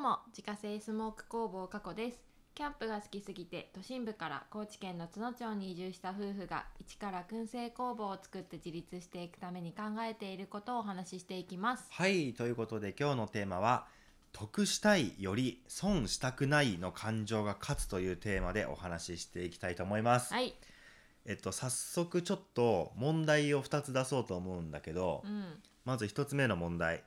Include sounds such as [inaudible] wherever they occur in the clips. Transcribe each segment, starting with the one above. も自家製スモーク工房過去ですキャンプが好きすぎて都心部から高知県の津野町に移住した夫婦が一から燻製工房を作って自立していくために考えていることをお話ししていきますはいということで今日のテーマは「得したいより損したくない」の感情が勝つというテーマでお話ししていきたいと思います、はいえっと早速ちょっと問題を2つ出そうと思うんだけど、うんまず1つ目の問題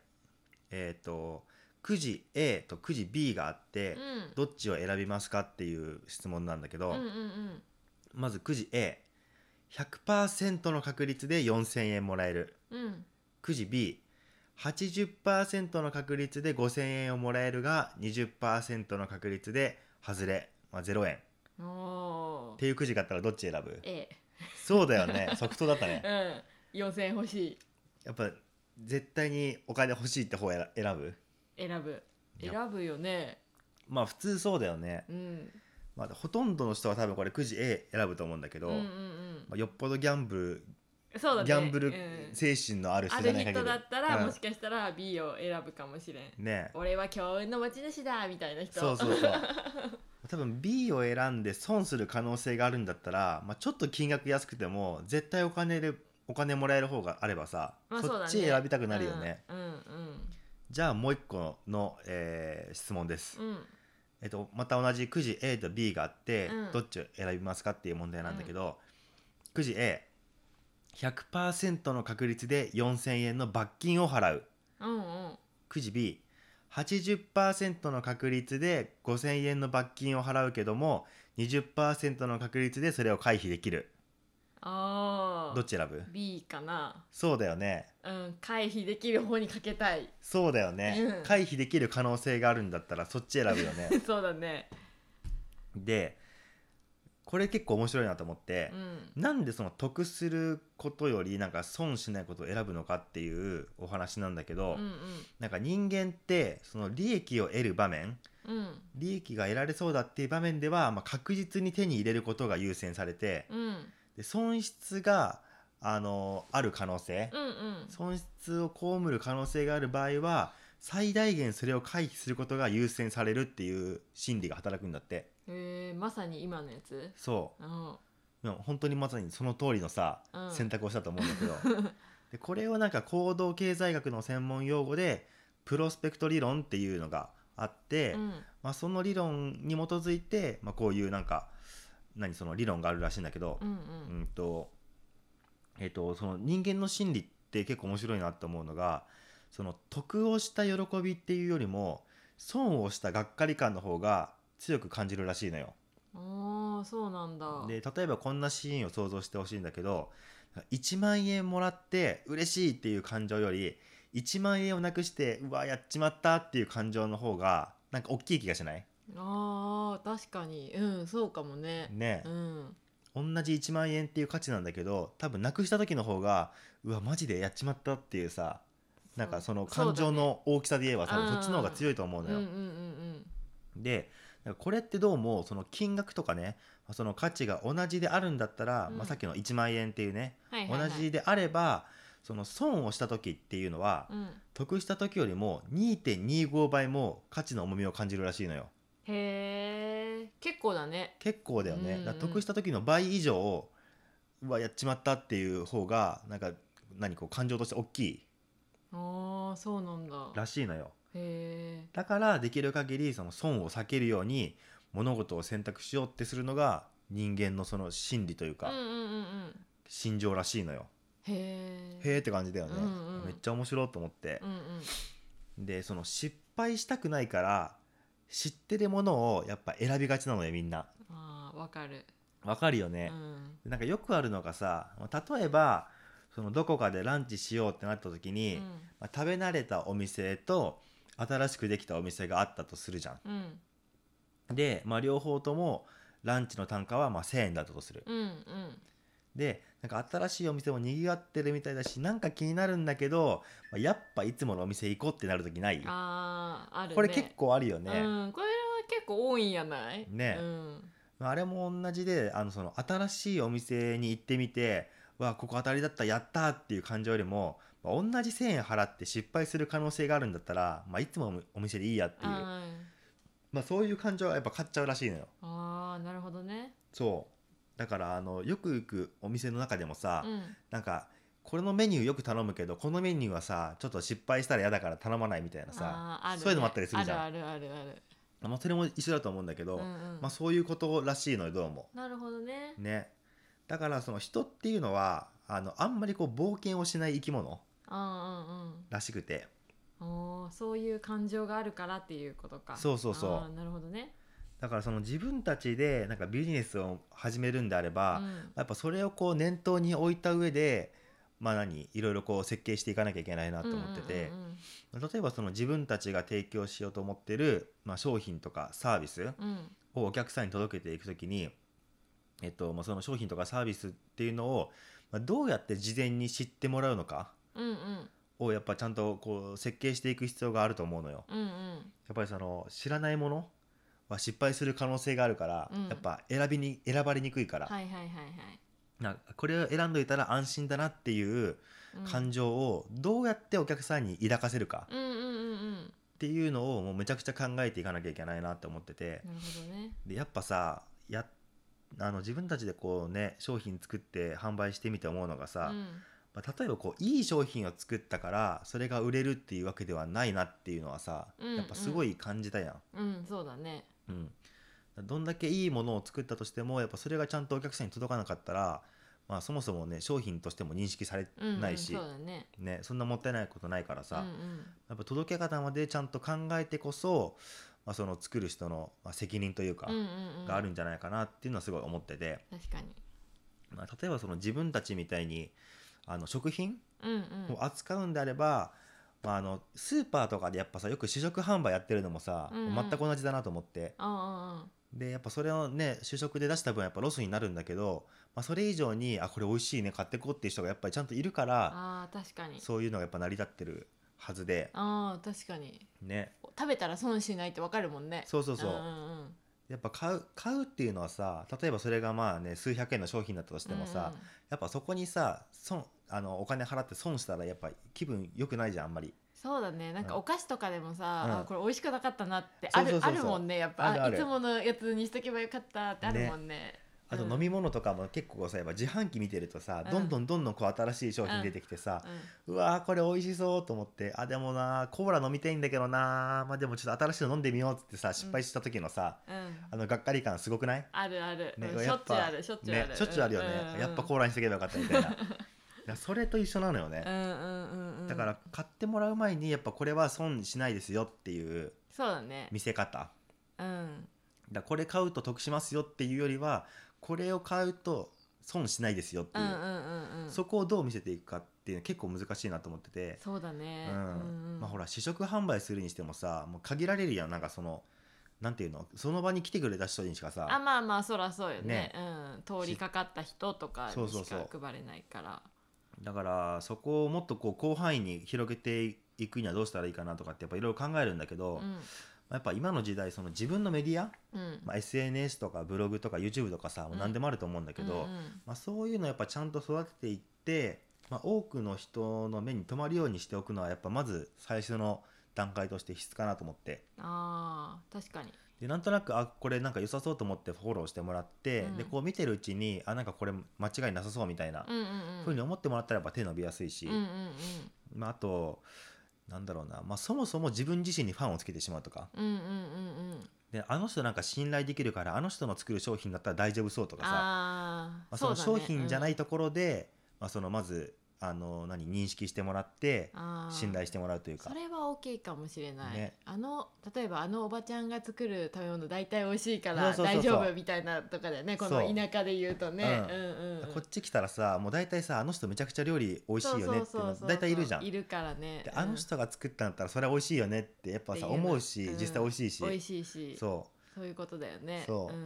えっ、とくじ A とくじ B があって、うんどっちを選びますかっていう質問なんだけど、うんうんうんまずくじ A100% の確率で4000円もらえるうんくじ B80% の確率で5000円をもらえるが20%の確率で外れ、まあ、0円おっーていうくじがあったらどっち選ぶ A そうだ [laughs] よね即答だったねうん4000欲しいやっぱ絶対にお金欲しいって方を選選ぶ選ぶいや選ぶよねまあ普通そうだよね、うんまあ、ほとんどの人は多分これくじ A 選ぶと思うんだけど、うんうんまあ、よっぽどギャンブうんそうだルねギャンブうルん精神のある人あじゃるない限り人だったら、うんもしかしたら B を選ぶかもしれんねえ俺は強運の持ち主だみたいな人そうそうそう [laughs] 多分 B を選んで損する可能性があるんだったら、まあ、ちょっと金額安くても絶対お金でお金もらえる方があればさ、まあそうだそねっち選びたくなるよね、うんうんじゃあもう一個の、えー質問です、うんえっと、また同じくじ A と B があって、うんどっちを選びますかっていう問題なんだけど、くじ A100% の確率で4000円の罰金を払ううんうんうんくじ B80% の確率で5000円の罰金を払うけども20%の確率でそれを回避できるあどっち選ぶ B かなそうだよねうん回避できる方にかけたい [laughs] そうだよね、うん回避できる可能性があるんだったらそっち選ぶよね [laughs] そうだねでこれ結構面白いなと思ってう、んなんでその得することよりなんか損しないことを選ぶのかっていうお話なんだけうんうど、んなんか人間ってその利益を得る場面うん利益が得られそうだっていう場面では、まあ、確実に手に入れることが優先されてうんで損失が、あのある可能性うんうん損失を被る可能性がある場合は最大限それを回避することが優先されるっていう心理が働くんだってえー、まさに今のやつそうんうでも本当にまさにその通りのさ、うん選択をしたと思うんだけど [laughs] でこれをなんか行動経済学の専門用語でプロスペクト理論っていうのがあって、うんまあ、その理論に基づいて、まあ、こういうなんか何その理論があるらしいんだけどう、んううんんとえっとその人間の心理って結構面白いなと思うのがその得をした喜びっていうよりも損をしたがっかり感の方が強く感じるらしいのよ。おーそうなんだで例えばこんなシーンを想像してほしいんだけど1万円もらって嬉しいっていう感情より1万円をなくしてうわやっちまったっていう感情の方がなんか大きい気がしないあー確かにうんそうかもねね、うん同じ1万円っていう価値なんだけど多分なくした時の方がうわマジでやっちまったっていうさなんかその感情の大きさで言えば多分うんそっちの方が強いと思うそうのだねよ。うんうんうんでこれってどうもその金額とかねその価値が同じであるんだったら、うんまあ、さっきの1万円っていうね、うんはいはいはい同じであればその損をした時っていうのは、うん得した時よりも2.25倍も価値の重みを感じるらしいのよ。へえ結構だね結構だよね、うんうんだから得した時の倍以上をうわやっちまったっていう方がなんか何こう感情として大きいああそうなんだらしいのよへえだからできる限りその損を避けるように物事を選択しようってするのが人間のその心理といううんかうんうんうん心情らしいのよ、へえへーって感じだよね、うんうんめっちゃ面白いと思ってう、んうんでその失敗したくないから知ってるものをやっぱ選びがちなのよみんなあーわかるわかるよね、うんでなんかよくあるのがさ例えばそのどこかでランチしようってなった時うに、んまあ食べ慣れたお店と新しくできたお店があったとするじゃうんん。で、まあ、両方ともランチの単価はまあ1,000円だったとする。うんうんでなんか新しいお店もにぎわってるみたいだしなんか気になるんだけど、まあやっぱいつものお店行こうってなる時ない、あーあるねこれ結構あるよね。うんこれは結構多いんやないねうんまああれも同じであのその新しいお店に行ってみてわあここ当たりだったやったーっていう感情よりもまあ同じ1,000円払って失敗する可能性があるんだったら、まあ、いつもお店でいいやっていう、うんまあ、そういう感情はやっぱ買っちゃうらしいのよああなるほどねそうだからあのよく行くお店の中でもさ、うんなんかこれのメニューよく頼むけどこのメニューはさちょっと失敗したら嫌だから頼まないみたいなさあーあるねそういうのもあったりするじゃんあるあるあるあるまあ、それも一緒だと思うんだけど、うんうんまあ、そういうことらしいのよどうもなるほどねねだからその人っていうのはあのあんまりこう冒険をしない生き物あーらしくてうんうんおーそういう感情があるからっていうことかそうそうそうあーなるほどねだからその自分たちでなんかビジネスを始めるんであれば、うんやっぱそれをこう念頭に置いた上でまあ何いろいろこう設計していかなきゃいけないなと思ってて、うんうん例えばその自分たちが提供しようと思ってる、まあ、商品とかサービスうんうんをお客さんに届けていくときに、えっとまあ、その商品とかサービスっていうのを、まあ、どうやって事前に知ってもらうのかうんうんをやっぱちゃんとこう設計していく必要があると思うのよ。うんうんやっぱりその知らないものは失敗する可能性があるから、うんやっぱ選びに選ばれにくいから、はいはいはいはいなんかこれを選んどいたら安心だなっていううん感情をどうやってお客さんに抱かせるかうんうんうんうんっていうのをもうめちゃくちゃ考えていかなきゃいけないなって思ってて、なるほどねでやっぱさやあの自分たちでこうね商品作って販売してみて思うのがさ、うんまあ例えばこういい商品を作ったからそれが売れるっていうわけではないなっていうのはさ、うんやっぱすごい感じたやん。うんそうだねうん、どんだけいいものを作ったとしてもやっぱそれがちゃんとお客さんに届かなかったら、まあ、そもそもね商品としても認識されうんうんないし、そうだねね、そんなもったいないことないからさ、うんうんやっぱ届け方までちゃんと考えてこそ、まあ、その作る人のまあ責任というか、うんうんうんがあるんじゃないかなっていうのはすごい思ってて、確かにまあ、例えばその自分たちみたいにあの食品うんうんを扱うんであれば、まあ、あのスーパーとかでやっぱさよく試食販売やってるのもさ、うんうん全く同じだなと思って。ああでやっぱそれをね就職で出した分やっぱロスになるんだけど、まあ、それ以上にあこれ美味しいね買ってこうっていう人がやっぱりちゃんといるからああ確かにそういうのがやっぱ成り立ってるはずでああ確かにね食べたら損しないってわかるもんねそうそうそう、んんんやっぱ買う買うっていうのはさ例えばそれがまあね数百円の商品だったとしてもさ、うんうんやっぱそこにさ損あのお金払って損したらやっぱ気分良くないじゃんあんまりそうだねなんかうんお菓子とかでもさ、うんあこれ美味しくなかったなってあるそうそうそうあそうるもんねやっぱあるあるいつものやつにしとけばよかったってあるもんねあとうん飲み物とかも結構さやっぱ自販機見てるとさ、うんどんどんどんどんこう新しい商品出てきてさ、うんうわーこれ美味しそうと思ってあでもなーコーラ飲みたいんだけどなーまあでもちょっと新しいの飲んでみようっつってさ失敗した時のさ、うんあのがっかり感すごくない、あるある、ねうんしやょっっちゅうぱあるしょっちゅうある、ね、しょっちゅうあるよね、うんやっぱコーラにしとけばよかったみた [laughs] いなだからそれと一緒なのよね、うんうんうんうんだから買ってもらう前にやっぱこれは損しないですよっていうそうだね見せ方うんだからこれ買うと得しますよっていうよりはこれを買うと損しないですよってういんう、うんうんうんそこをどう見せていくかっていうのは結構難しいなと思っててそうだね、うんまあほら試食販売するにしてもさもう限られるやんなんかそのなんていうのその場に来てくれた人にしかあさまあまあそらそうよねねうん、通りかかった人とかそにうそうしそうか配れないからだからそこをもっとこう広範囲に広げていくにはどうしたらいいかなとかってやっぱいろいろ考えるんだけど、まあやっぱ今の時代その自分のメディア、うんうんまあ、SNS とかブログとか YouTube とかさもう何でもあると思うんだけど、うんうんまあ、そういうのやっぱちゃんと育てていって、まあ、多くの人の目に留まるようにしておくのはやっぱまず最初の段階として必須かなと思って。あー確かにでなんとなくあこれなんか良さそうと思ってフォローしてもらって、うんでこう見てるうちにあなんかこれ間違いなさそうみたいな、うんうんふううんに思ってもらったらやっぱ手伸びやすいし、うんうんうんまあ、あとなんだろうな、まあ、そもそも自分自身にファンをつけてしまうとかうんうんうんうんであの人なんか信頼できるからあの人の作る商品だったら大丈夫そうとかさあまああ、その商品じゃないいところで、まあ、そのまずあの何認識してもらって信頼してもらうというかそれは大きいかもしれない、ねあの例えばあのおばちゃんが作る食べ物大体美味しいかそうらそうそ大うそう丈夫みたいなとかだよねこのそう田舎で言うとねううんんうんうんこっち来たらさもう大体さあの人めちゃくちゃ料理美味しいよねっていうの大体いるじゃんい。るからねでうんあの人が作ったんだったらそれは美味しいよねってやっぱさっていうの思うし、うん実際美味しいし、美味しいしそうそいうことだよねそううんうん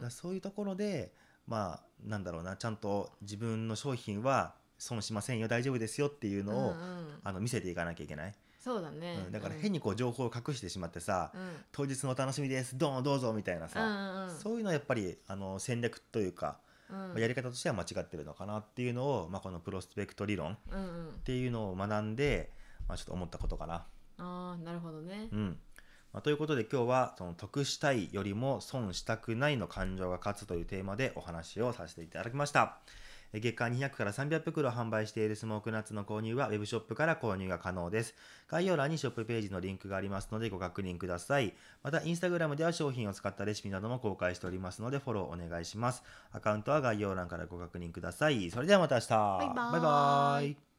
うだからんそういうところでまあなんだろうなちゃんと自分の商品は損しませんよ大丈夫ですよっていうのうんうを、んあの見せていかなきゃいけない、そうだね、うんだから変にこう情報を隠してしまってさ、うん、うん当日のお楽しみですどうぞどうぞみたいなうさ、んうんうんそういうのはやっぱりあの戦略というかうんまあやり方としては間違ってるのかなっていうのを、まあ、このプロスペクト理論っうんうんていうのを学んで、まあ、ちょっと思ったことかな。ああなるほどねうんまあ、ということで今日はその得したいよりも損したくないの感情が勝つというテーマでお話をさせていただきました。え月間200から300袋販売しているスモークナッツの購入は Web ショップから購入が可能です。概要欄にショップページのリンクがありますのでご確認ください。また Instagram では商品を使ったレシピなども公開しておりますのでフォローお願いします。アカウントは概要欄からご確認ください。それではまた明日。バイバーイバイバーイ